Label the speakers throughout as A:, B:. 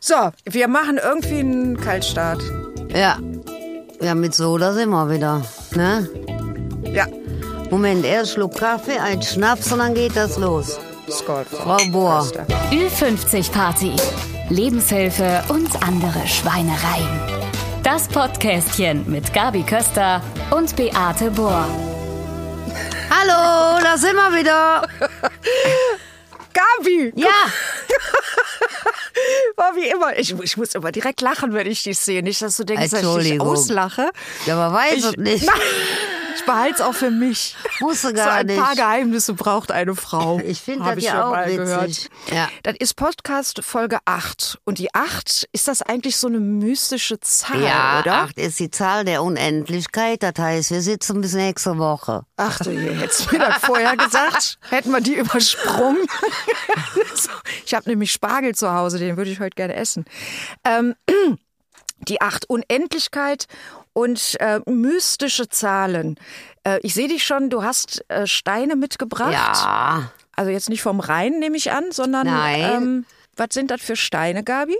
A: So, wir machen irgendwie einen Kaltstart.
B: Ja. Ja, mit Soda sind wir wieder. Ne?
A: Ja,
B: Moment, erst Schluck Kaffee, ein Schnaps und dann geht das los.
A: Scott.
B: Frau Bohr.
C: Ü50 Party. Lebenshilfe und andere Schweinereien. Das Podcastchen mit Gabi Köster und Beate Bohr.
B: Hallo, da sind wir wieder.
A: Gabi!
B: Ja,
A: War wie immer. Ich, ich muss immer direkt lachen, wenn ich dich sehe. Nicht, dass du denkst, dass ich dich
B: Entschuldigung.
A: auslache.
B: Ja, aber weiß es nicht.
A: Nein, ich behalte es auch für mich.
B: Musst du
A: so
B: gar
A: ein paar
B: nicht.
A: Geheimnisse braucht eine Frau.
B: Ich find
A: Hab
B: das
A: ich
B: ja
A: schon
B: auch
A: mal
B: witzig.
A: Gehört.
B: Ja.
A: Das ist Podcast Folge 8. Und die 8, ist das eigentlich so eine mystische Zahl,
B: ja
A: oder?
B: acht ist die Zahl der Unendlichkeit. Das heißt, wir sitzen bis nächste Woche.
A: Ach du je, hättest du mir das vorher gesagt, hätten wir die übersprungen. So, ich habe nämlich Spargel zu Hause, den würde ich heute gerne essen. Ähm, die acht Unendlichkeit und äh, mystische Zahlen. Äh, ich sehe dich schon, du hast äh, Steine mitgebracht.
B: Ja,
A: Also jetzt nicht vom Rhein, nehme ich an, sondern
B: Nein.
A: Ähm, was sind das für Steine, Gabi?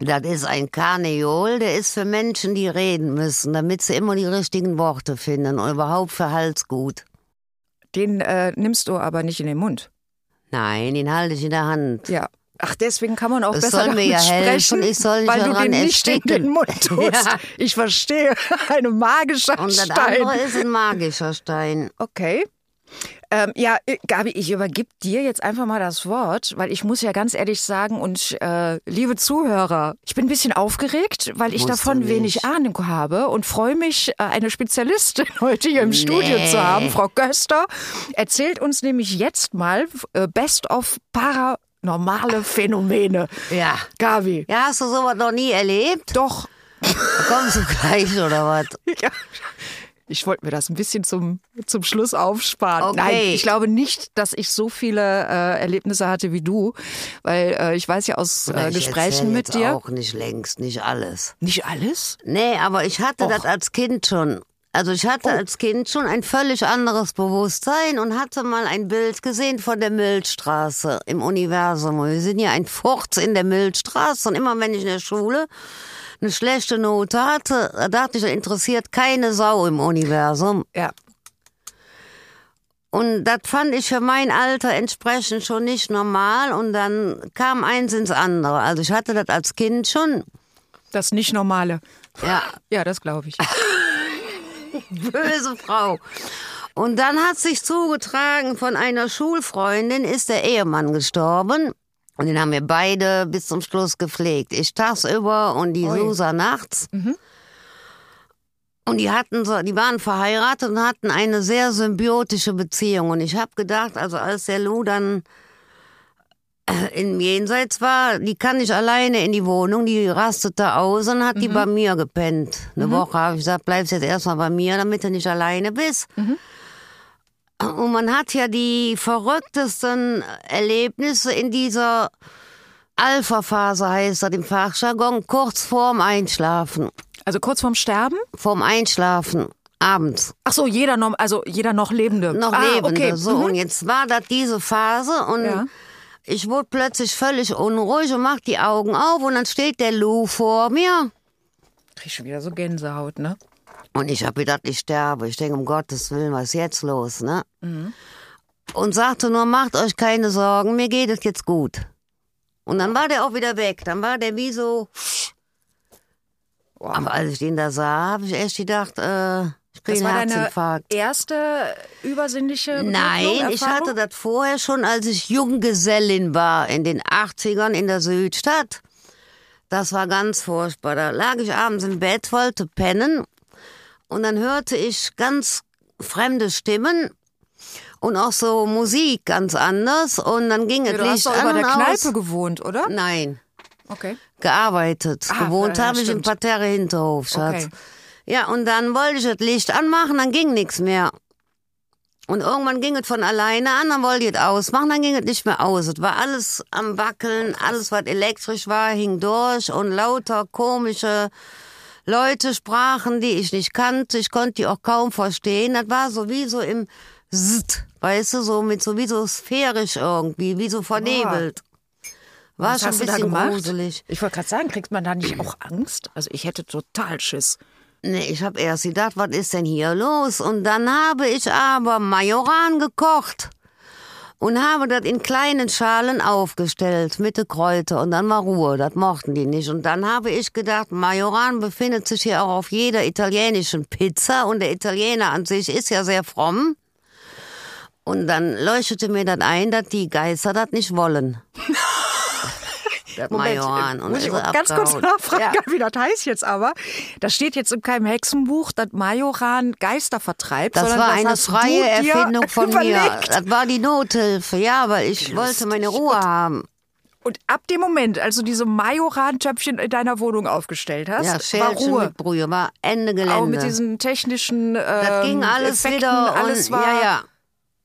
B: das ist ein Karneol, der ist für Menschen, die reden müssen, damit sie immer die richtigen Worte finden und überhaupt für Hals gut.
A: Den äh, nimmst du aber nicht in den Mund.
B: Nein, den halte ich in der Hand.
A: Ja. Ach, deswegen kann man auch
B: Es
A: besser
B: soll mir
A: damit
B: ja helfen,
A: sprechen,
B: ich soll nicht
A: weil du
B: daran
A: den nicht in den
B: ersticken.
A: Mund tust.
B: Ja.
A: Ich verstehe, eine magische
B: Und das andere
A: Stein.
B: ist ein magischer Stein.
A: Okay. Ähm, ja, äh, Gabi, ich übergebe dir jetzt einfach mal das Wort, weil ich muss ja ganz ehrlich sagen und äh, liebe Zuhörer, ich bin ein bisschen aufgeregt, weil ich
B: Musst du
A: davon
B: nicht.
A: wenig Ahnung habe und freue mich, äh, eine Spezialistin heute hier im Studio zu haben. Frau Göster erzählt uns nämlich jetzt mal äh, Best of paranormale Phänomene.
B: Ja.
A: Gabi,
B: Ja, hast du sowas noch nie erlebt?
A: doch.
B: Kommst du gleich oder was?
A: Ja. Ich wollte mir das ein bisschen zum, zum Schluss aufsparen.
B: Okay.
A: Nein, ich glaube nicht, dass ich so viele äh, Erlebnisse hatte wie du, weil äh, ich weiß ja aus äh,
B: Ich
A: Gesprächen
B: erzähl
A: mit
B: jetzt
A: dir.
B: Auch nicht längst, nicht alles.
A: Nicht alles?
B: Nee, aber ich hatte
A: Och. Oh.
B: das als Kind schon. Also ich hatte als Kind schon ein völlig anderes Bewusstsein und hatte mal ein Bild gesehen von der Milchstraße im Universum. Und Wir sind ja ein Furz in der Milchstraße und immer wenn ich in der Schule eine schlechte Note hatte, da dachte ich, da interessiert keine Sau im Universum.
A: Ja.
B: Und das fand ich für mein Alter entsprechend schon nicht normal. Und dann kam eins ins andere. Also ich hatte das als Kind schon.
A: Das nicht normale.
B: Ja,
A: Ja, das glaube ich.
B: böse Frau. Und dann hat sich zugetragen, von einer Schulfreundin ist der Ehemann gestorben. Und den haben wir beide bis zum Schluss gepflegt. Ich tagsüber und die
A: Ui.
B: Susa nachts. Und die hatten so, die waren verheiratet und hatten eine sehr symbiotische Beziehung. Und ich habe gedacht, also als der Lou dann äh, im Jenseits war, die kann nicht alleine in die Wohnung, die rastete aus und hat die
A: Mhm.
B: bei mir gepennt. Eine Woche habe ich gesagt, bleibst jetzt erstmal bei mir, damit du nicht alleine bist.
A: Mhm.
B: Und man hat ja die verrücktesten Erlebnisse in dieser Alpha-Phase, heißt das im Fachjargon, kurz vorm Einschlafen.
A: Also kurz vorm Sterben?
B: Vorm Einschlafen, abends.
A: Ach so, jeder noch, also jeder noch Lebende.
B: noch
A: ah,
B: Lebende.
A: Okay.
B: So, Mhm. und jetzt war das diese Phase und
A: Ja.
B: ich wurde plötzlich völlig unruhig und mach die Augen auf und dann steht der Lou vor mir.
A: Krieg ich schon wieder so Gänsehaut, ne?
B: Und ich habe gedacht, ich sterbe. Ich denke, um Gottes Willen, was ist jetzt los, ne?
A: Mhm.
B: Und sagte nur, macht euch keine Sorgen, mir geht es jetzt gut. Und dann war der auch wieder weg. Dann war der wie so. Aber als ich den da sah, habe ich echt gedacht, äh, ich kriege
A: Das
B: einen
A: war deine
B: Herzinfarkt.
A: erste übersinnliche
B: Nein,
A: Begegnung,
B: ich
A: Erfahrung?
B: hatte das vorher schon, als ich Junggesellin war in den 80ern in der Südstadt. Das war ganz furchtbar. Da lag ich abends im Bett, wollte pennen und dann hörte ich ganz fremde Stimmen und auch so Musik ganz anders und dann ging es
A: Du hast
B: Licht
A: doch
B: an
A: über der
B: und aus.
A: Kneipe gewohnt, oder?
B: Nein,
A: Okay.
B: gearbeitet.
A: Ah,
B: Gewohnt
A: ja,
B: habe ich im
A: stimmt.
B: Parterre Hinterhof, Schatz.
A: Okay.
B: Ja, und dann wollte ich das Licht anmachen, dann ging nichts mehr. Und irgendwann ging es von alleine an, dann wollte ich es ausmachen, dann ging es nicht mehr aus. Es war alles am Wackeln, alles, was elektrisch war, hing durch und lauter komische Leute sprachen, die ich nicht kannte. Ich konnte die auch kaum verstehen. Das war so wie so im Zt, weißt du, so mit so wie so sphärisch irgendwie, wie so vernebelt. War
A: Was
B: schon
A: hast
B: ein
A: du da
B: bisschen
A: gemacht?
B: gruselig.
A: Ich wollte gerade sagen, kriegt man da nicht auch Angst? Also ich hätte total Schiss.
B: Nee, ich habe erst gedacht, was ist denn hier los? Und dann habe ich aber Majoran gekocht und habe das in kleinen Schalen aufgestellt mit den Kräuter und dann war Ruhe, das mochten die nicht. Und dann habe ich gedacht, Majoran befindet sich hier auch auf jeder italienischen Pizza und der Italiener an sich ist ja sehr fromm. Und dann leuchtete mir das ein, dass die Geister das nicht wollen. Das Majoran. Und
A: äh, muss ich
B: ist er
A: ganz kurz
B: abgehauen.
A: nachfragen, wie das heißt jetzt aber. Das steht jetzt in keinem Hexenbuch, dass Majoran Geister vertreibt.
B: Das
A: sondern
B: war
A: das
B: eine
A: hast
B: freie
A: du dir
B: Erfindung von mir.
A: überlegt.
B: Das war die Nothilfe, ja, weil ich wollte meine Ruhe haben.
A: Und ab dem Moment, als du diese Majoran-Töpfchen in deiner Wohnung aufgestellt hast,
B: Ja,
A: war
B: Schälchen
A: Ruhe.
B: mit Brühe war Ende Gelände.
A: Auch mit diesen technischen ähm,
B: das ging alles
A: Effekten,
B: wieder
A: alles
B: und,
A: war.
B: ja, ja.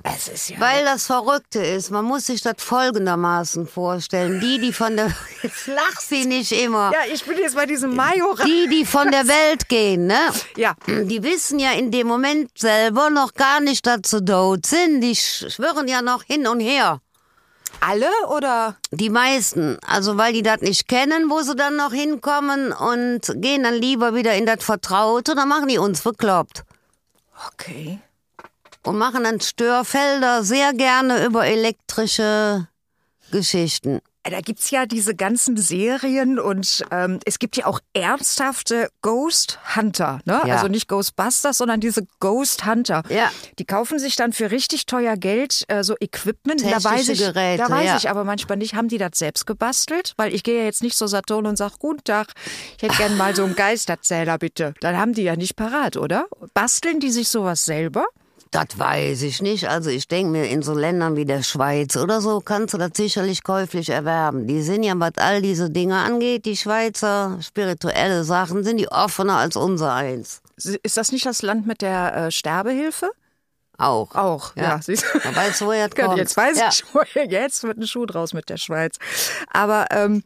A: Es ist ja.
B: Weil das Verrückte ist, man muss sich das folgendermaßen vorstellen. Die, die von der, jetzt lach sie nicht immer.
A: ja, ich bin jetzt bei diesem Majoran.
B: Die, die von der Welt gehen, ne?
A: Ja,
B: Die wissen ja in dem Moment selber noch gar nicht, dass sie tot sind. Die sch- schwirren ja noch hin und her.
A: alle oder?
B: Die meisten, also weil die das nicht kennen, wo sie dann noch hinkommen und gehen dann lieber wieder in das Vertraute, dann machen die uns bekloppt.
A: Okay.
B: Und machen dann Störfelder sehr gerne über elektrische Geschichten.
A: Da gibt's ja diese ganzen Serien und ähm, es gibt ja auch ernsthafte Ghost Hunter. Ne?
B: Ja.
A: Also nicht Ghostbusters, sondern diese Ghost Hunter.
B: Ja.
A: Die kaufen sich dann für richtig teuer Geld äh, so Equipment. da weiß
B: Technische
A: ich,
B: Geräte,
A: da weiß
B: ja.
A: ich aber manchmal nicht, haben die das selbst gebastelt? Weil ich gehe ja jetzt nicht zur Saturn und sag guten Tag, ich hätte gern mal so einen Geisterzähler bitte. Dann haben die ja nicht parat, oder? Basteln die sich sowas selber?
B: Das weiß ich nicht. Also ich denke mir, in so Ländern wie der Schweiz oder so kannst du das sicherlich käuflich erwerben. Die sind ja, was all diese Dinge angeht, die Schweizer spirituelle Sachen, sind die offener als unser eins.
A: Ist das nicht das Land mit der äh, Sterbehilfe?
B: Auch.
A: Auch, ja.
B: Ja.
A: siehst
B: Man weiß, woher das
A: Gott,
B: kommt.
A: Jetzt weiß
B: Ja.
A: ich, woher jetzt wird ein Schuh draus mit der Schweiz. Aber ähm,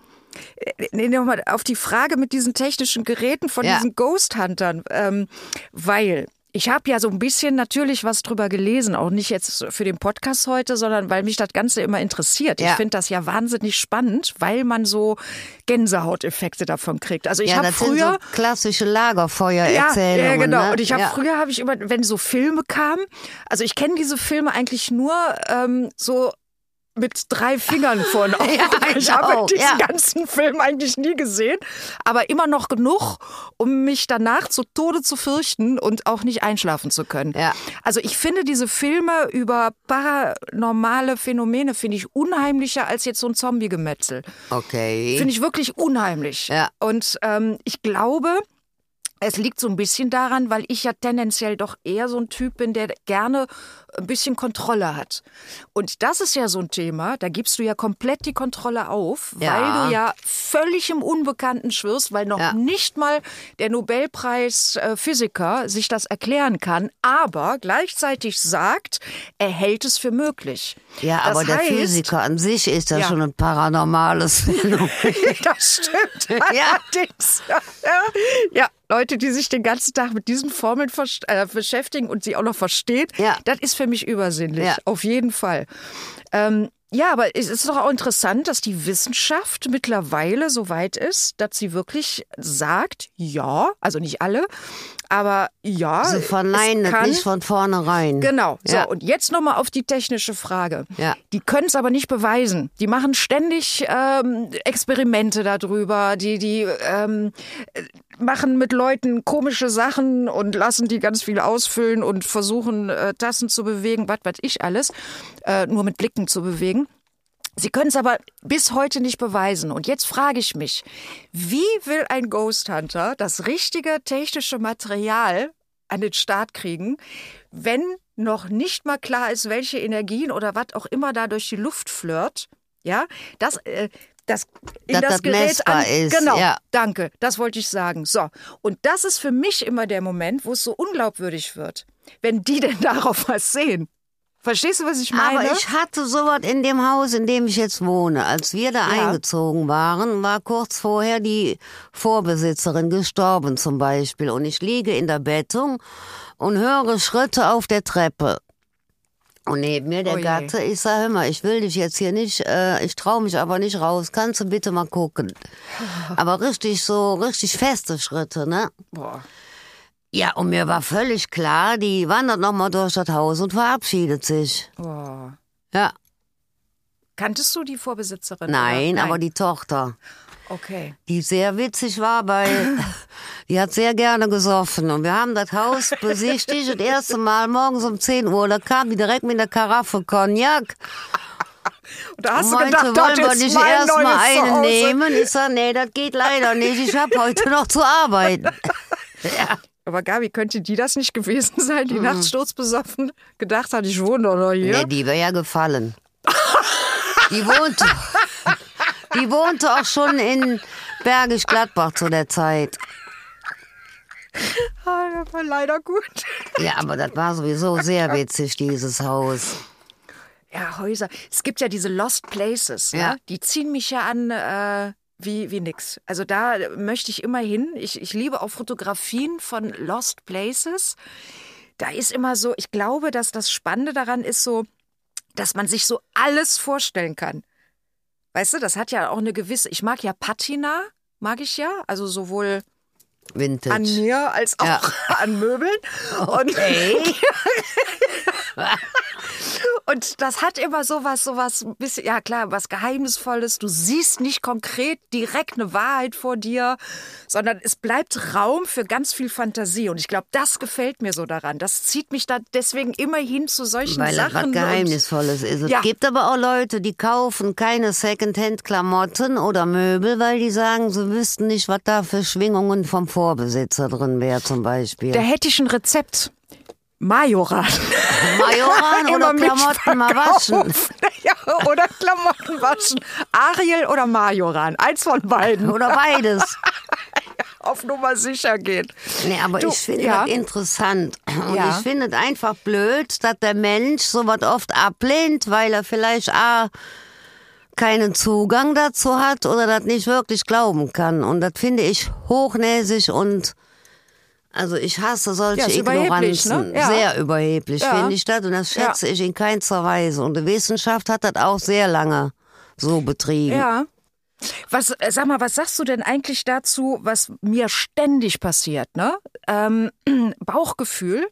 A: nee, noch mal auf die Frage mit diesen technischen Geräten von
B: Ja.
A: diesen Ghost Huntern, ähm, weil ich habe ja so ein bisschen natürlich was drüber gelesen, auch nicht jetzt für den Podcast heute, sondern weil mich das Ganze immer interessiert. Ich
B: Ja.
A: finde das ja wahnsinnig spannend, weil man so Gänsehauteffekte davon kriegt. Also ich
B: ja,
A: habe
B: das sind
A: früher
B: so klassische Lagerfeuererzählungen.
A: ja, genau.
B: Ne?
A: Und ich habe
B: ja.
A: früher habe ich immer, wenn so Filme kamen, also ich kenne diese Filme eigentlich nur ähm, so mit drei Fingern vorne. ich
B: ich
A: habe
B: auch,
A: diesen
B: ja.
A: ganzen Film eigentlich nie gesehen, aber immer noch genug, um mich danach zu Tode zu fürchten und auch nicht einschlafen zu können.
B: Ja.
A: Also ich finde diese Filme über paranormale Phänomene finde ich unheimlicher als jetzt so ein Zombie-Gemetzel.
B: Okay.
A: Finde ich wirklich unheimlich.
B: Ja.
A: Und ähm, ich glaube, es liegt so ein bisschen daran, weil ich ja tendenziell doch eher so ein Typ bin, der gerne ein bisschen Kontrolle hat. Und das ist ja so ein Thema, da gibst du ja komplett die Kontrolle auf,
B: Ja.
A: weil du ja völlig im Unbekannten schwirrst, weil noch
B: Ja.
A: nicht mal der Nobelpreis äh, Physiker sich das erklären kann, aber gleichzeitig sagt, er hält es für möglich.
B: ja,
A: das
B: aber der
A: heißt-
B: Physiker an sich ist ja,
A: Ja.
B: schon ein paranormales Phänomen.
A: Das stimmt
B: Ja.
A: allerdings. Ja. ja, Leute, die sich den ganzen Tag mit diesen Formeln vers- äh, beschäftigen und sie auch noch verstehen,
B: Ja.
A: das ist für mich übersinnlich,
B: Ja.
A: auf jeden Fall. Ähm, ja, aber es ist doch auch interessant, dass die Wissenschaft mittlerweile so weit ist, dass sie wirklich sagt, ja, also nicht alle, aber ja,
B: Also verneinen
A: es
B: das
A: kann
B: nicht von vornherein.
A: Genau. So,
B: Ja.
A: und jetzt nochmal auf die technische Frage.
B: Ja.
A: Die können es aber nicht beweisen. Die machen ständig ähm, Experimente darüber. Die, die ähm, äh, machen mit Leuten komische Sachen und lassen die ganz viel ausfüllen und versuchen, äh, Tassen zu bewegen, was weiß ich alles, äh, nur mit Blicken zu bewegen. Sie können es aber bis heute nicht beweisen. Und jetzt frage ich mich, wie will ein Ghost Hunter das richtige technische Material an den Start kriegen, wenn noch nicht mal klar ist, welche Energien oder was auch immer da durch die Luft flirt? Ja, das, äh, das in
B: Dass
A: das,
B: das
A: Gerät
B: messbar
A: an,
B: ist,
A: Genau,
B: ja.
A: danke, das wollte ich sagen. So, und das ist für mich immer der Moment, wo es so unglaubwürdig wird, wenn die denn darauf was sehen. Verstehst du, was ich meine?
B: Aber ich hatte sowas in dem Haus, in dem ich jetzt wohne. Als wir da
A: Ja.
B: eingezogen waren, war kurz vorher die Vorbesitzerin gestorben zum Beispiel. Und ich liege in der Bettung und höre Schritte auf der Treppe. Und neben mir der
A: Oje.
B: Gatte, ich sag hör mal, ich will dich jetzt hier nicht, äh, ich traue mich aber nicht raus, kannst du bitte mal gucken. Aber richtig so, richtig feste Schritte, ne?
A: Boah.
B: Ja, und mir war völlig klar, die wandert nochmal durch das Haus und verabschiedet sich.
A: Boah.
B: Ja,
A: Kanntest du die Vorbesitzerin?
B: nein,
A: oder?
B: aber die Tochter,
A: Okay.
B: die sehr witzig war bei, die hat sehr gerne gesoffen. Und wir haben das Haus besichtigt, das erste Mal morgens um 10 Uhr, da kam die direkt mit der Karaffe Cognac.
A: Und da hast
B: Meinte,
A: du gedacht, das
B: wollen wir
A: ist
B: nicht
A: mein
B: erst mal
A: neues
B: einen
A: Zuhause.
B: nehmen? Ich sag, nee, das geht leider nicht. Ich habe heute noch zu arbeiten.
A: Aber Gabi, könnte die das nicht gewesen sein, die nachts sturzbesoffen gedacht hat, ich wohne doch noch hier?
B: Mhm. Nee, die wäre ja gefallen. Die wohnte, die wohnte auch schon in Bergisch Gladbach zu der Zeit.
A: Ah, das war leider gut.
B: Ja, aber das war sowieso sehr witzig, dieses Haus.
A: Ja, Häuser. Es gibt ja diese Lost Places.
B: Ja.
A: Ne? Die ziehen mich ja an äh, wie, wie nix. Also da möchte ich immer hin. Ich, ich liebe auch Fotografien von Lost Places. Da ist immer so, ich glaube, dass das Spannende daran ist so, dass man sich so alles vorstellen kann. Weißt du, das hat ja auch eine gewisse, ich mag ja Patina, mag ich ja, also sowohl an
B: Vintage.
A: mir als auch
B: Ja.
A: an Möbeln.
B: Okay.
A: Und, und das hat immer sowas, sowas, ein bisschen, ja klar, was Geheimnisvolles. Du siehst nicht konkret direkt eine Wahrheit vor dir, sondern es bleibt Raum für ganz viel Fantasie. Und ich glaube, das gefällt mir so daran. Das zieht mich da deswegen immer hin zu solchen
B: Weil das
A: Sachen.
B: was
A: und-
B: Geheimnisvolles ist. Es
A: Ja.
B: gibt aber auch Leute, die kaufen keine Secondhand-Klamotten oder Möbel, weil die sagen, sie wüssten nicht, was da für Schwingungen vom Vorbesitzer drin wäre zum Beispiel.
A: Da hätte ich ein Rezept. Majoran.
B: Majoran
A: Immer
B: oder Klamotten mal waschen.
A: mitverkaufen. Ja, oder Klamotten waschen. Ariel oder Majoran. Eins von beiden.
B: Oder beides.
A: Auf Nummer sicher gehen.
B: Nee, aber
A: Du,
B: ich finde
A: ja.
B: das interessant. Und
A: Ja.
B: ich finde es einfach blöd, dass der Mensch sowas oft ablehnt, weil er vielleicht A, keinen Zugang dazu hat oder das nicht wirklich glauben kann. Und das finde ich hochnäsig und also ich hasse solche
A: Ja, ist überheblich,
B: Ignoranzen.
A: ne? Ja.
B: Sehr überheblich
A: Ja.
B: finde ich das und das schätze ich in keinster Weise. Und die Wissenschaft hat das auch sehr lange so betrieben.
A: Ja. Was, äh, sag mal, was sagst du denn eigentlich dazu, was mir ständig passiert, ne? Ähm, Bauchgefühl.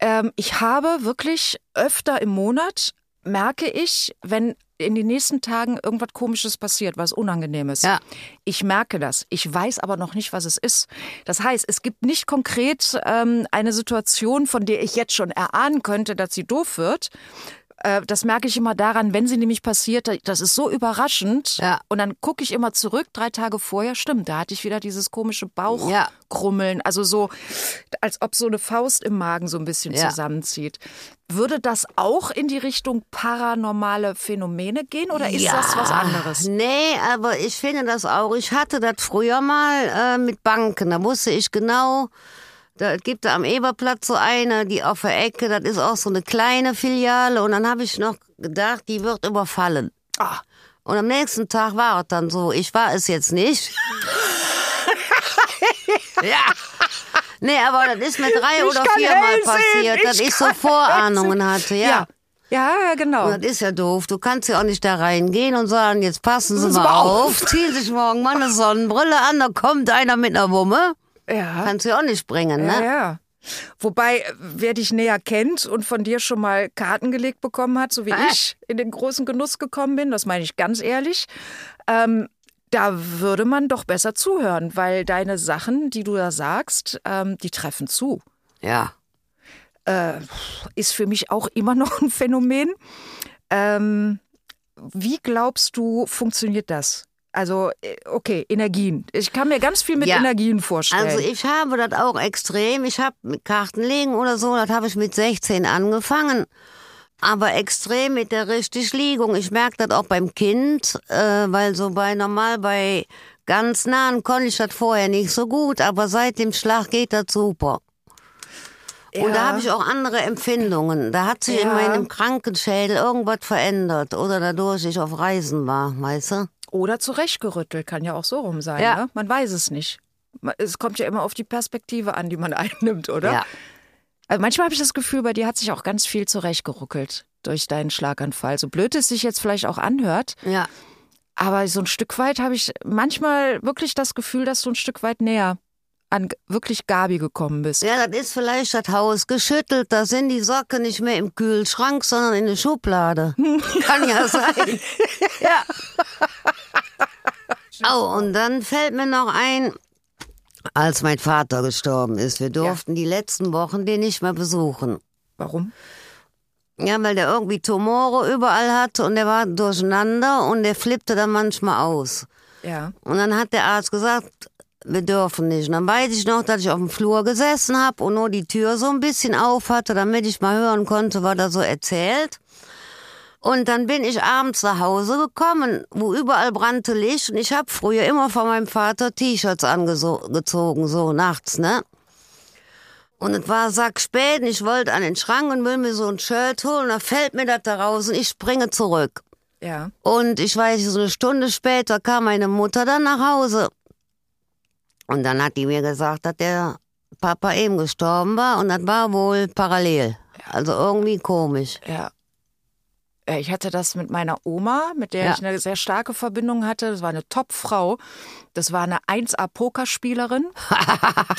A: Ähm, ich habe wirklich öfter im Monat, merke ich, wenn in den nächsten Tagen irgendwas Komisches passiert, was Unangenehmes.
B: Ja.
A: Ich merke das. Ich weiß aber noch nicht, was es ist. Das heißt, es gibt nicht konkret ähm, eine Situation, von der ich jetzt schon erahnen könnte, dass sie doof wird. Äh, das merke ich immer daran, wenn sie nämlich passiert, das ist so überraschend.
B: Ja.
A: Und dann gucke ich immer zurück, drei Tage vorher, stimmt, da hatte ich wieder dieses komische
B: Ja.
A: Bauchkrummeln. Also so, als ob so eine Faust im Magen so ein bisschen
B: Ja.
A: zusammenzieht. Würde das auch in die Richtung paranormale Phänomene gehen oder ist das was anderes?
B: Nee, aber ich finde das auch. Ich hatte das früher mal äh, mit Banken. Da wusste ich genau, da gibt da am Eberplatz so eine, die auf der Ecke, das ist auch so eine kleine Filiale. Und dann habe ich noch gedacht, die wird überfallen.
A: Ah,
B: Und am nächsten Tag war es dann so. Ich war es jetzt nicht. ja. Nee, aber das ist mir drei
A: Ich
B: oder
A: kann
B: viermal
A: hell sehen,
B: passiert, dass
A: ich
B: ich so
A: kann
B: Vorahnungen hatte. Ja.
A: ja. Ja, ja, genau.
B: Das ist ja doof. Du kannst ja auch nicht da reingehen und sagen, jetzt passen Sie
A: Sie
B: mal
A: mal
B: auf, ziehen sich morgen mal eine Sonnenbrille an, da kommt einer mit einer Wumme.
A: ja.
B: Kannst du ja auch nicht bringen,
A: Ja,
B: ne?
A: ja. Wobei, äh, wer dich näher kennt und von dir schon mal Karten gelegt bekommen hat, so wie
B: Ah.
A: ich in den großen Genuss gekommen bin, das meine ich ganz ehrlich, ähm, da würde man doch besser zuhören, weil deine Sachen, die du da sagst, ähm, die treffen zu.
B: Ja.
A: Äh, ist für mich auch immer noch ein Phänomen. Ähm, wie glaubst du, funktioniert das? Also, äh, okay, Energien. Ich kann mir ganz viel mit
B: Ja.
A: Energien vorstellen.
B: Also ich habe das auch extrem. Ich habe mit Karten legen oder so, das habe ich mit 16 angefangen. Aber extrem mit der Richtigliegung. Ich merke das auch beim Kind, äh, weil so bei normal bei ganz nahen konnte ich das vorher nicht so gut, aber seit dem Schlag geht das super. Und da
A: Ja.
B: habe ich auch andere Empfindungen. Da hat sich in
A: Ja.
B: meinem Krankenschädel irgendwas verändert oder dadurch ich auf Reisen war, weißt du?
A: Oder zurechtgerüttelt, kann ja auch so rum sein.
B: Ja.
A: Ne? Man weiß es nicht. Ma- Es kommt ja immer auf die Perspektive an, die man einnimmt, oder?
B: Ja.
A: Also manchmal habe ich das Gefühl, bei dir hat sich auch ganz viel zurechtgeruckelt durch deinen Schlaganfall. So blöd es sich jetzt vielleicht auch anhört,
B: Ja,
A: aber so ein Stück weit habe ich manchmal wirklich das Gefühl, dass du ein Stück weit näher an g- wirklich Gabi gekommen bist.
B: ja, das ist vielleicht das Haus geschüttelt. Da sind die Socken nicht mehr im Kühlschrank, sondern in der Schublade. Kann ja sein. ja. Oh, und dann fällt mir noch ein, als mein Vater gestorben ist, wir durften die letzten Wochen den nicht mehr besuchen.
A: Warum?
B: Ja, weil der irgendwie Tumore überall hatte und der war durcheinander und der flippte dann manchmal aus.
A: Ja.
B: Und dann hat der Arzt gesagt, wir dürfen nicht. Und dann weiß ich noch, dass ich auf dem Flur gesessen habe und nur die Tür so ein bisschen auf hatte, damit ich mal hören konnte, was er so erzählt. Und dann bin ich abends nach Hause gekommen, wo überall brannte Licht. Und ich habe früher immer von meinem Vater T-Shirts angezogen, so nachts, ne? Und es war Sack spät und ich wollte an den Schrank und will mir so ein Shirt holen. Und da fällt mir das da raus und ich springe zurück.
A: Ja.
B: Und ich weiß, so eine Stunde später kam meine Mutter dann nach Hause. Und dann hat die mir gesagt, dass der Papa eben gestorben war und das war wohl parallel. Also irgendwie komisch.
A: Ja. Äh, Ich hatte das mit meiner Oma, mit der
B: Ja.
A: ich eine sehr starke Verbindung hatte. Das war eine Topfrau. Das war eine 1A-Pokerspielerin,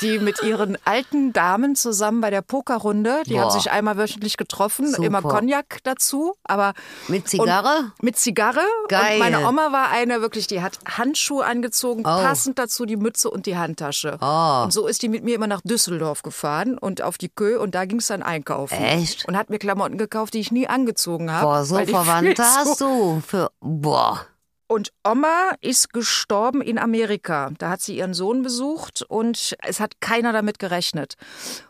A: die mit ihren alten Damen zusammen bei der Pokerrunde, die haben
B: Boah.
A: sich einmal wöchentlich getroffen,
B: Super.
A: immer Cognac dazu, aber
B: Mit Zigarre?
A: und mit Zigarre.
B: Geil.
A: Und meine Oma war eine wirklich, die hat Handschuhe angezogen, passend dazu die Mütze und die Handtasche.
B: Oh.
A: Und so ist die mit mir immer nach Düsseldorf gefahren und auf die Kö und da ging es dann einkaufen.
B: Echt?
A: Und hat mir Klamotten gekauft, die ich nie angezogen habe.
B: Boah, so
A: weil die
B: Verwandte
A: viel zu-
B: hast du. Für, boah.
A: Und Oma ist gestorben in Amerika. Da hat sie ihren Sohn besucht und es hat keiner damit gerechnet.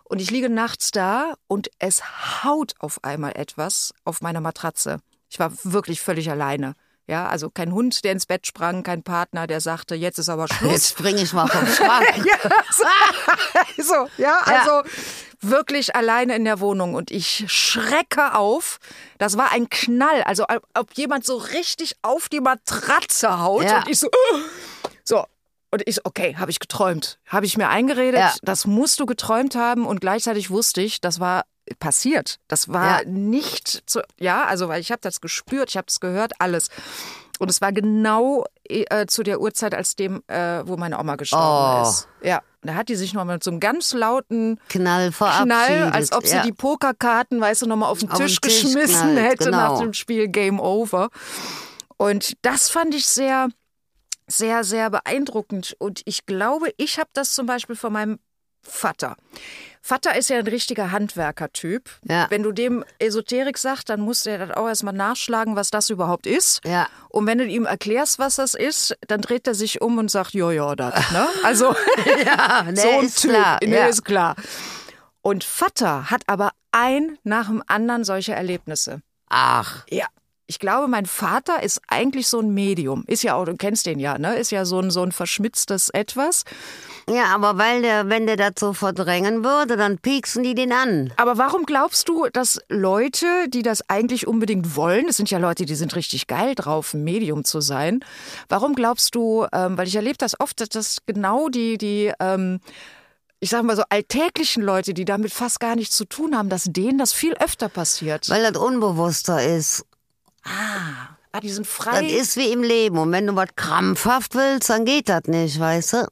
A: Und ich liege nachts da und es haut auf einmal etwas auf meiner Matratze. Ich war wirklich völlig alleine. Ja, also kein Hund, der ins Bett sprang, kein Partner, der sagte, jetzt ist aber Schluss.
B: Jetzt springe ich mal vom Schrank.
A: Ja, so, so, ja, also wirklich alleine in der Wohnung und ich schrecke auf. Das war ein Knall, also ob- ob jemand so richtig auf die Matratze haut
B: Ja.
A: und ich so, "Ugh." so. Und ich so, okay, habe ich geträumt, habe ich mir eingeredet,
B: Ja.
A: das musst du geträumt haben und gleichzeitig wusste ich, das war passiert. Das war
B: Ja.
A: nicht zu, ja, also weil ich habe das gespürt, ich habe es gehört, alles. Und es war genau äh, zu der Uhrzeit, als dem, äh, wo meine Oma gestorben
B: Oh.
A: ist. Ja, da hat die sich nochmal mit so einem ganz lauten
B: Knall verabschiedet.
A: Knall, als ob sie
B: ja.
A: die Pokerkarten, weißt du, nochmal auf den
B: Auf den
A: Tisch
B: Tisch
A: geschmissen
B: knallt,
A: hätte nach
B: genau.
A: dem Spiel Game Over. Und das fand ich sehr, sehr, sehr beeindruckend. Und ich glaube, ich habe das zum Beispiel von meinem Vater. Vater ist ja ein richtiger Handwerkertyp.
B: Ja.
A: Wenn du dem Esoterik sagst, dann musst du ja dann auch erstmal nachschlagen, was das überhaupt ist.
B: Ja.
A: Und wenn du ihm erklärst, was das ist, dann dreht er sich um und sagt, ja, ja, das. Ne? Also
B: Ja, der
A: so ein
B: ist
A: Typ.
B: klar.
A: Nee,
B: ja.
A: ist klar. Und Vater hat aber ein nach dem anderen solche Erlebnisse.
B: Ach,
A: Ja. Ich glaube, mein Vater ist eigentlich so ein Medium. Ist ja auch, du kennst den ja, ne? Ist ja so ein, so ein verschmitztes Etwas.
B: ja, aber weil der, wenn der das so verdrängen würde, dann pieksen die den an.
A: Aber warum glaubst du, dass Leute, die das eigentlich unbedingt wollen, es sind ja Leute, die sind richtig geil drauf, ein Medium zu sein, warum glaubst du, ähm, weil ich erlebe das oft, dass das genau die, die ähm, ich sag mal so alltäglichen Leute, die damit fast gar nichts zu tun haben, dass denen das viel öfter passiert.
B: Weil das unbewusster ist.
A: ah, ah, die sind
B: Das
A: frei.
B: ist wie im Leben. Und wenn du was krampfhaft willst, dann geht das nicht, weißt du?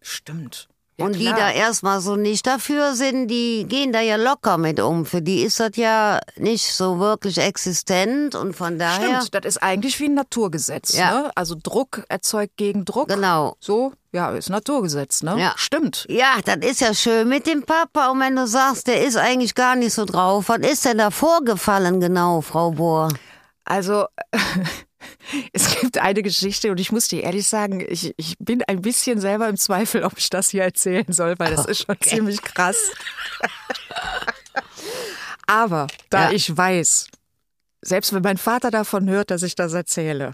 A: Stimmt. Ja,
B: und die
A: klar.
B: da erstmal so nicht dafür sind, die gehen da ja locker mit um. Für die ist das ja nicht so wirklich existent und von daher.
A: Stimmt, das ist eigentlich wie ein Naturgesetz.
B: Ja.
A: Ne? Also Druck erzeugt gegen Druck.
B: Genau.
A: So, ja, ist Naturgesetz, ne?
B: Ja.
A: Stimmt.
B: Ja, das ist ja schön mit dem Papa. Und wenn du sagst, der ist eigentlich gar nicht so drauf, was ist denn da vorgefallen genau, Frau Bohr?
A: Also, es gibt eine Geschichte und ich muss dir ehrlich sagen, ich, ich bin ein bisschen selber im Zweifel, ob ich das hier erzählen soll, weil das ist schon ziemlich krass. Aber da
B: Ja.
A: ich weiß, selbst wenn mein Vater davon hört, dass ich das erzähle,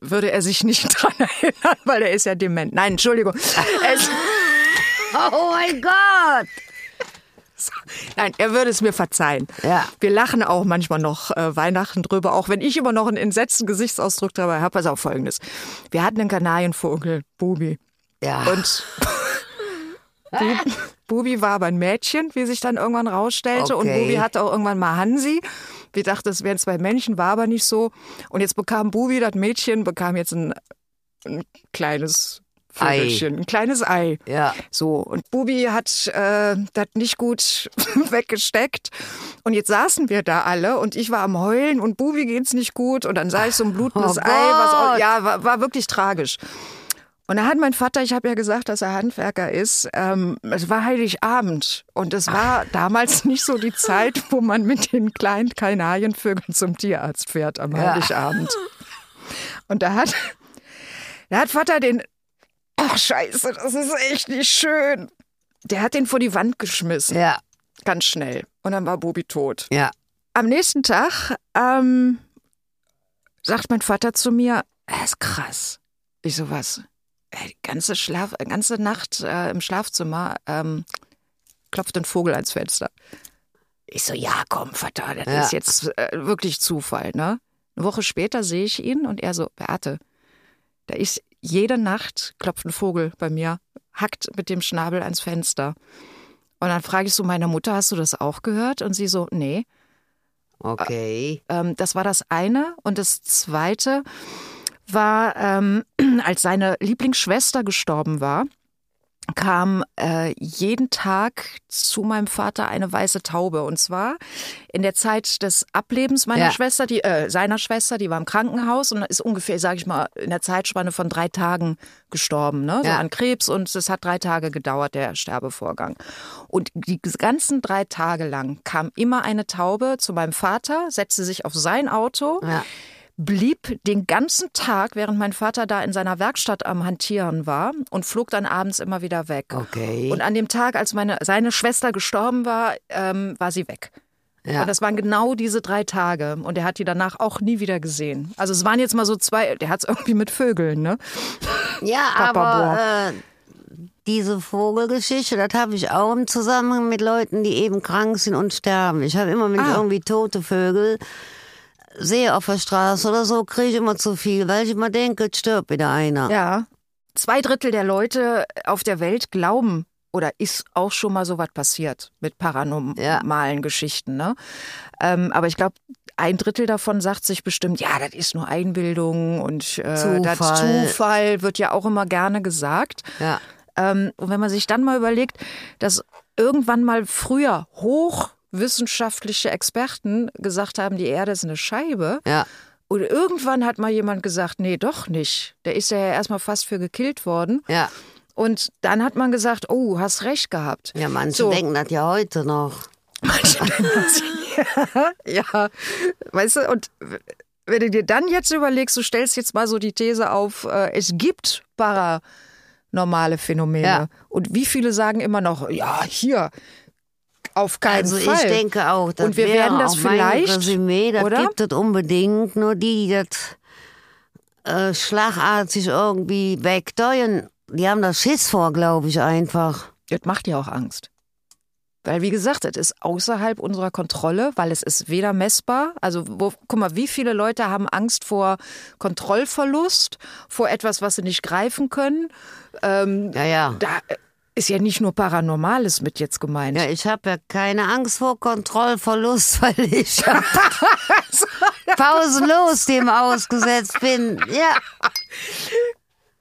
A: würde er sich nicht dran erinnern, weil er ist ja dement. Nein, Entschuldigung. Es,
B: Oh mein Gott!
A: Nein, er würde es mir verzeihen.
B: Ja.
A: Wir lachen auch manchmal noch äh, Weihnachten drüber, auch wenn ich immer noch einen entsetzten Gesichtsausdruck dabei habe. Also auch folgendes. Wir hatten einen Kanarienvogel, Bubi.
B: Ja.
A: Und Bubi war aber ein Mädchen, wie sich dann irgendwann rausstellte. Und
B: Okay.
A: Bubi hatte auch irgendwann mal Hansi. Wir dachten, es wären zwei Männchen, war aber nicht so. Und jetzt bekam Bubi, das Mädchen, bekam jetzt ein, ein kleines
B: Ei.
A: Vögelchen, ein kleines Ei.
B: Ja.
A: So, und Bubi hat äh, das nicht gut weggesteckt. Und jetzt saßen wir da alle und ich war am Heulen und Bubi geht's nicht gut. Und dann sah ich so ein blutendes
B: Oh
A: Ei. Was auch,
B: Gott.
A: ja, war, war wirklich tragisch. Und da hat mein Vater, ich habe ja gesagt, dass er Handwerker ist, ähm, es war Heiligabend und es war damals nicht so die Zeit, wo man mit den kleinen Kanarienvögeln zum Tierarzt fährt am
B: Ja.
A: Heiligabend. Und da hat, da hat Vater den, ach scheiße, das ist echt nicht schön. Der hat den vor die Wand geschmissen,
B: Ja,
A: ganz schnell. Und dann war Bobi tot
B: ja.
A: am nächsten Tag ähm, sagt mein Vater zu mir, das ist krass. Ich so, was? Ey, die ganze, Schlaf, äh, ganze Nacht äh, im Schlafzimmer ähm, klopft ein Vogel ans Fenster. Ich so, ja, komm, Vater, das
B: Ja.
A: ist jetzt äh, wirklich Zufall, ne? Eine Woche später sehe ich ihn und er so, Beate, da ist jede Nacht klopft ein Vogel bei mir, hackt mit dem Schnabel ans Fenster. Und dann frage ich so meine Mutter, hast du das auch gehört? Und sie so, nee.
B: Okay.
A: Ähm, das war das eine. Und das zweite war, ähm, als seine Lieblingsschwester gestorben war, kam äh, jeden Tag zu meinem Vater eine weiße Taube. Und zwar in der Zeit des Ablebens meiner
B: Ja.
A: Schwester, die, äh, seiner Schwester, die war im Krankenhaus und ist ungefähr, sage ich mal, in der Zeitspanne von drei Tagen gestorben, ne? so
B: Ja.
A: an Krebs. Und es hat drei Tage gedauert, der Sterbevorgang. Und die ganzen drei Tage lang kam immer eine Taube zu meinem Vater, setzte sich auf sein Auto
B: Ja.
A: blieb den ganzen Tag, während mein Vater da in seiner Werkstatt am Hantieren war und flog dann abends immer wieder weg.
B: Okay.
A: Und an dem Tag, als meine, seine Schwester gestorben war, ähm, war sie weg.
B: Ja.
A: Und das waren genau diese drei Tage. Und er hat die danach auch nie wieder gesehen. Also es waren jetzt mal so zwei, der hat es irgendwie mit Vögeln, ne?
B: Ja,
A: Papa
B: aber äh, diese Vogelgeschichte, das habe ich auch im Zusammenhang mit Leuten, die eben krank sind und sterben. Ich habe immer, wenn ich
A: Ah.
B: irgendwie tote Vögel sehe auf der Straße oder so, kriege ich immer zu viel, weil ich immer denke, es stirbt wieder einer.
A: Ja. Zwei Drittel der Leute auf der Welt glauben oder ist auch schon mal so was passiert mit paranormalen Geschichten. Ne? Ähm, aber ich glaube, ein Drittel davon sagt sich bestimmt, ja, das ist nur Einbildung und äh, das
B: Zufall.
A: Zufall wird ja auch immer gerne gesagt.
B: Ja.
A: Ähm, und wenn man sich dann mal überlegt, dass irgendwann mal früher hochwissenschaftliche Experten gesagt haben, die Erde ist eine Scheibe,
B: Ja.
A: und irgendwann hat mal jemand gesagt, nee, doch nicht. Der ist ja erstmal fast für gekillt worden.
B: Ja.
A: Und dann hat man gesagt, oh, hast recht gehabt.
B: Ja, manche
A: So.
B: denken das ja heute noch.
A: Manche denken sich, ja, weißt du, und wenn du dir dann jetzt überlegst, du stellst jetzt mal so die These auf, äh, es gibt paranormale Phänomene.
B: Ja.
A: Und wie viele sagen immer noch, ja, hier, auf keinen
B: Also
A: Fall.
B: ich denke auch, das
A: Und wir
B: wäre
A: werden das
B: auch mein
A: vielleicht,
B: Resümee, das
A: oder?
B: gibt es unbedingt, nur die, die das äh, schlagartig irgendwie wegdeuen, die haben da Schiss vor, glaube ich, einfach.
A: Das macht ja auch Angst. Weil, wie gesagt, es ist außerhalb unserer Kontrolle, weil es ist weder messbar. Also, wo, guck mal, wie viele Leute haben Angst vor Kontrollverlust, vor etwas, was sie nicht greifen können. Ähm,
B: Ja, ja.
A: da ist ja nicht nur Paranormales mit jetzt gemeint.
B: Ja, ich habe ja keine Angst vor Kontrollverlust, weil ich ja pausenlos dem ausgesetzt bin. Ja,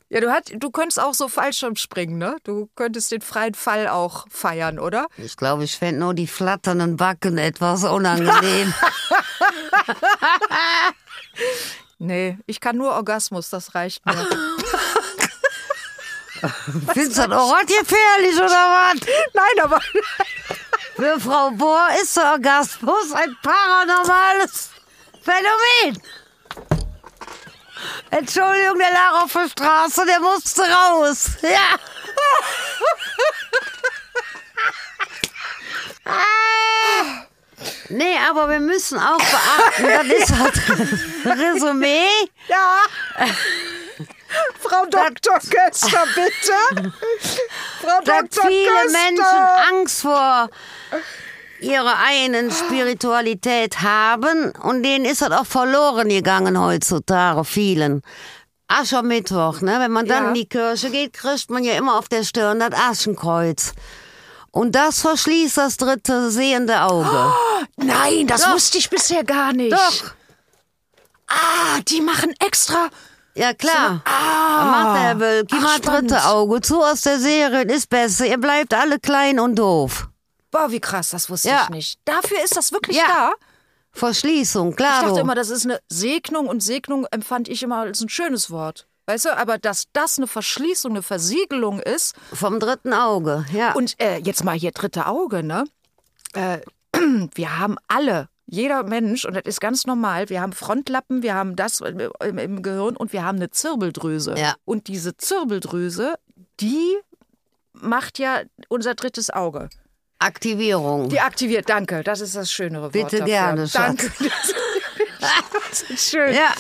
A: Ja, du, hat, du könntest auch so Fallschirmspringen, ne? Du könntest den freien Fall auch feiern, oder?
B: ich glaube, ich fände nur die flatternden Backen etwas unangenehm.
A: Nee, ich kann nur Orgasmus, das reicht mir.
B: Findest du das auch gefährlich oder was?
A: Nein, aber
B: Für Frau Bohr ist der Orgasmus ein paranormales Phänomen. Entschuldigung, der lag auf der Straße, der musste raus. Ja. Ah. Nee, aber wir müssen auch beachten, das ist halt Resümee.
A: Ja. Frau Dr. Köster, bitte. Frau
B: dass
A: Dr.
B: viele
A: Köster.
B: Menschen Angst vor ihrer eigenen Spiritualität haben und denen ist das auch verloren gegangen heutzutage, vielen. Aschermittwoch, ne? wenn man dann
A: Ja.
B: in die Kirche geht, kriegt man ja immer auf der Stirn das Aschenkreuz. Und das verschließt das dritte sehende Auge.
A: Oh, Nein, das
B: Doch.
A: wusste ich bisher gar nicht.
B: Doch.
A: Ah, die machen extra.
B: Ja, klar.
A: Ah.
B: Macht er will. Gib
A: Ach,
B: mal
A: spannend.
B: dritte Auge zu aus der Serie, ist besser. Ihr bleibt alle klein und doof.
A: Boah, wie krass, das wusste
B: Ja.
A: ich nicht. Dafür ist das wirklich
B: Ja.
A: da.
B: Verschließung,
A: Ich
B: klar.
A: dachte immer, das ist eine Segnung und Segnung empfand ich immer als ein schönes Wort. Weißt du, aber dass das eine Verschließung, eine Versiegelung ist
B: Vom dritten Auge, ja.
A: und äh, jetzt mal hier dritte Auge, ne? Äh, wir haben alle, jeder Mensch, und das ist ganz normal, wir haben Frontlappen, wir haben das im, im- im Gehirn und wir haben eine Zirbeldrüse.
B: Ja.
A: Und diese Zirbeldrüse, die macht ja unser drittes Auge.
B: Aktivierung.
A: Die aktiviert, danke, das ist das schönere Wort
B: Bitte
A: dafür.
B: gerne, Schatz.
A: Danke. Das ist schön.
B: Ja.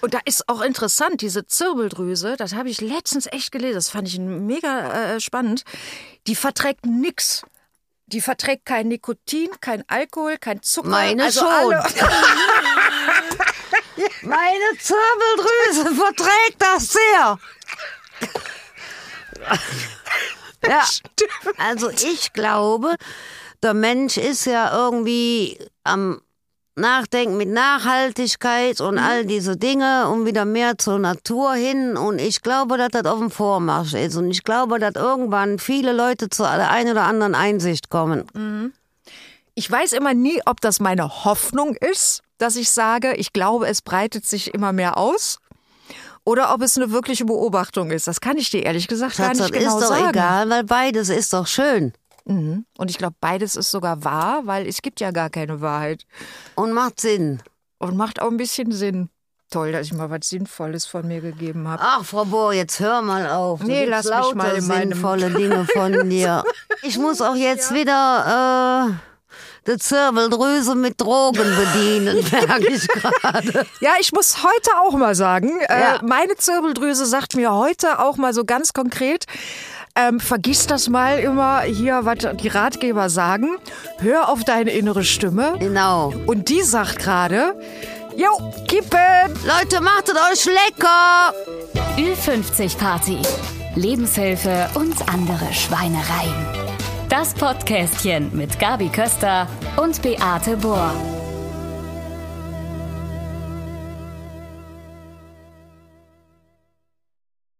A: Und da ist auch interessant, diese Zirbeldrüse, das habe ich letztens echt gelesen, das fand ich mega äh, spannend. Die verträgt nix. Die verträgt kein Nikotin, kein Alkohol, kein Zucker.
B: Meine
A: also
B: schon.
A: Alle,
B: Meine Zirbeldrüse verträgt das sehr. ja. Also ich glaube, der Mensch ist ja irgendwie am Nachdenken mit Nachhaltigkeit
A: Mhm.
B: und all diese Dinge und wieder mehr zur Natur hin. Und ich glaube, dass das auf dem Vormarsch ist. Und ich glaube, dass irgendwann viele Leute zu der einen oder anderen Einsicht kommen.
A: Mhm. ich weiß immer nie, ob das meine Hoffnung ist, dass ich sage, ich glaube, es breitet sich immer mehr aus. Oder ob es eine wirkliche Beobachtung ist. Das kann ich dir ehrlich gesagt
B: Schatz,
A: gar
B: das
A: nicht genau
B: ist doch
A: sagen.
B: egal, weil beides ist doch schön.
A: Mhm. Und ich glaube, beides ist sogar wahr, weil es gibt ja gar keine Wahrheit.
B: Und macht Sinn.
A: Und macht auch ein bisschen Sinn. Toll, dass ich mal was Sinnvolles von mir gegeben habe.
B: Ach, Frau Bohr, jetzt hör mal auf. Du
A: Nee,
B: gibst
A: lass mich
B: lauter
A: mal in meinem-
B: sinnvolle Dinge von dir. Ich muss auch jetzt wieder äh, die Zirbeldrüse mit Drogen bedienen, merke ich gerade.
A: Ja, ich muss heute auch mal sagen,
B: Ja.
A: äh, meine Zirbeldrüse sagt mir heute auch mal so ganz konkret, ähm, vergiss das mal immer hier, was die Ratgeber sagen. Hör auf deine innere Stimme.
B: Genau.
A: Und die sagt gerade, jo, kippen!
B: Leute, machtet euch lecker!
C: Ü50 Party. Lebenshilfe und andere Schweinereien. Das Podcastchen mit Gabi Köster und Beate Bohr.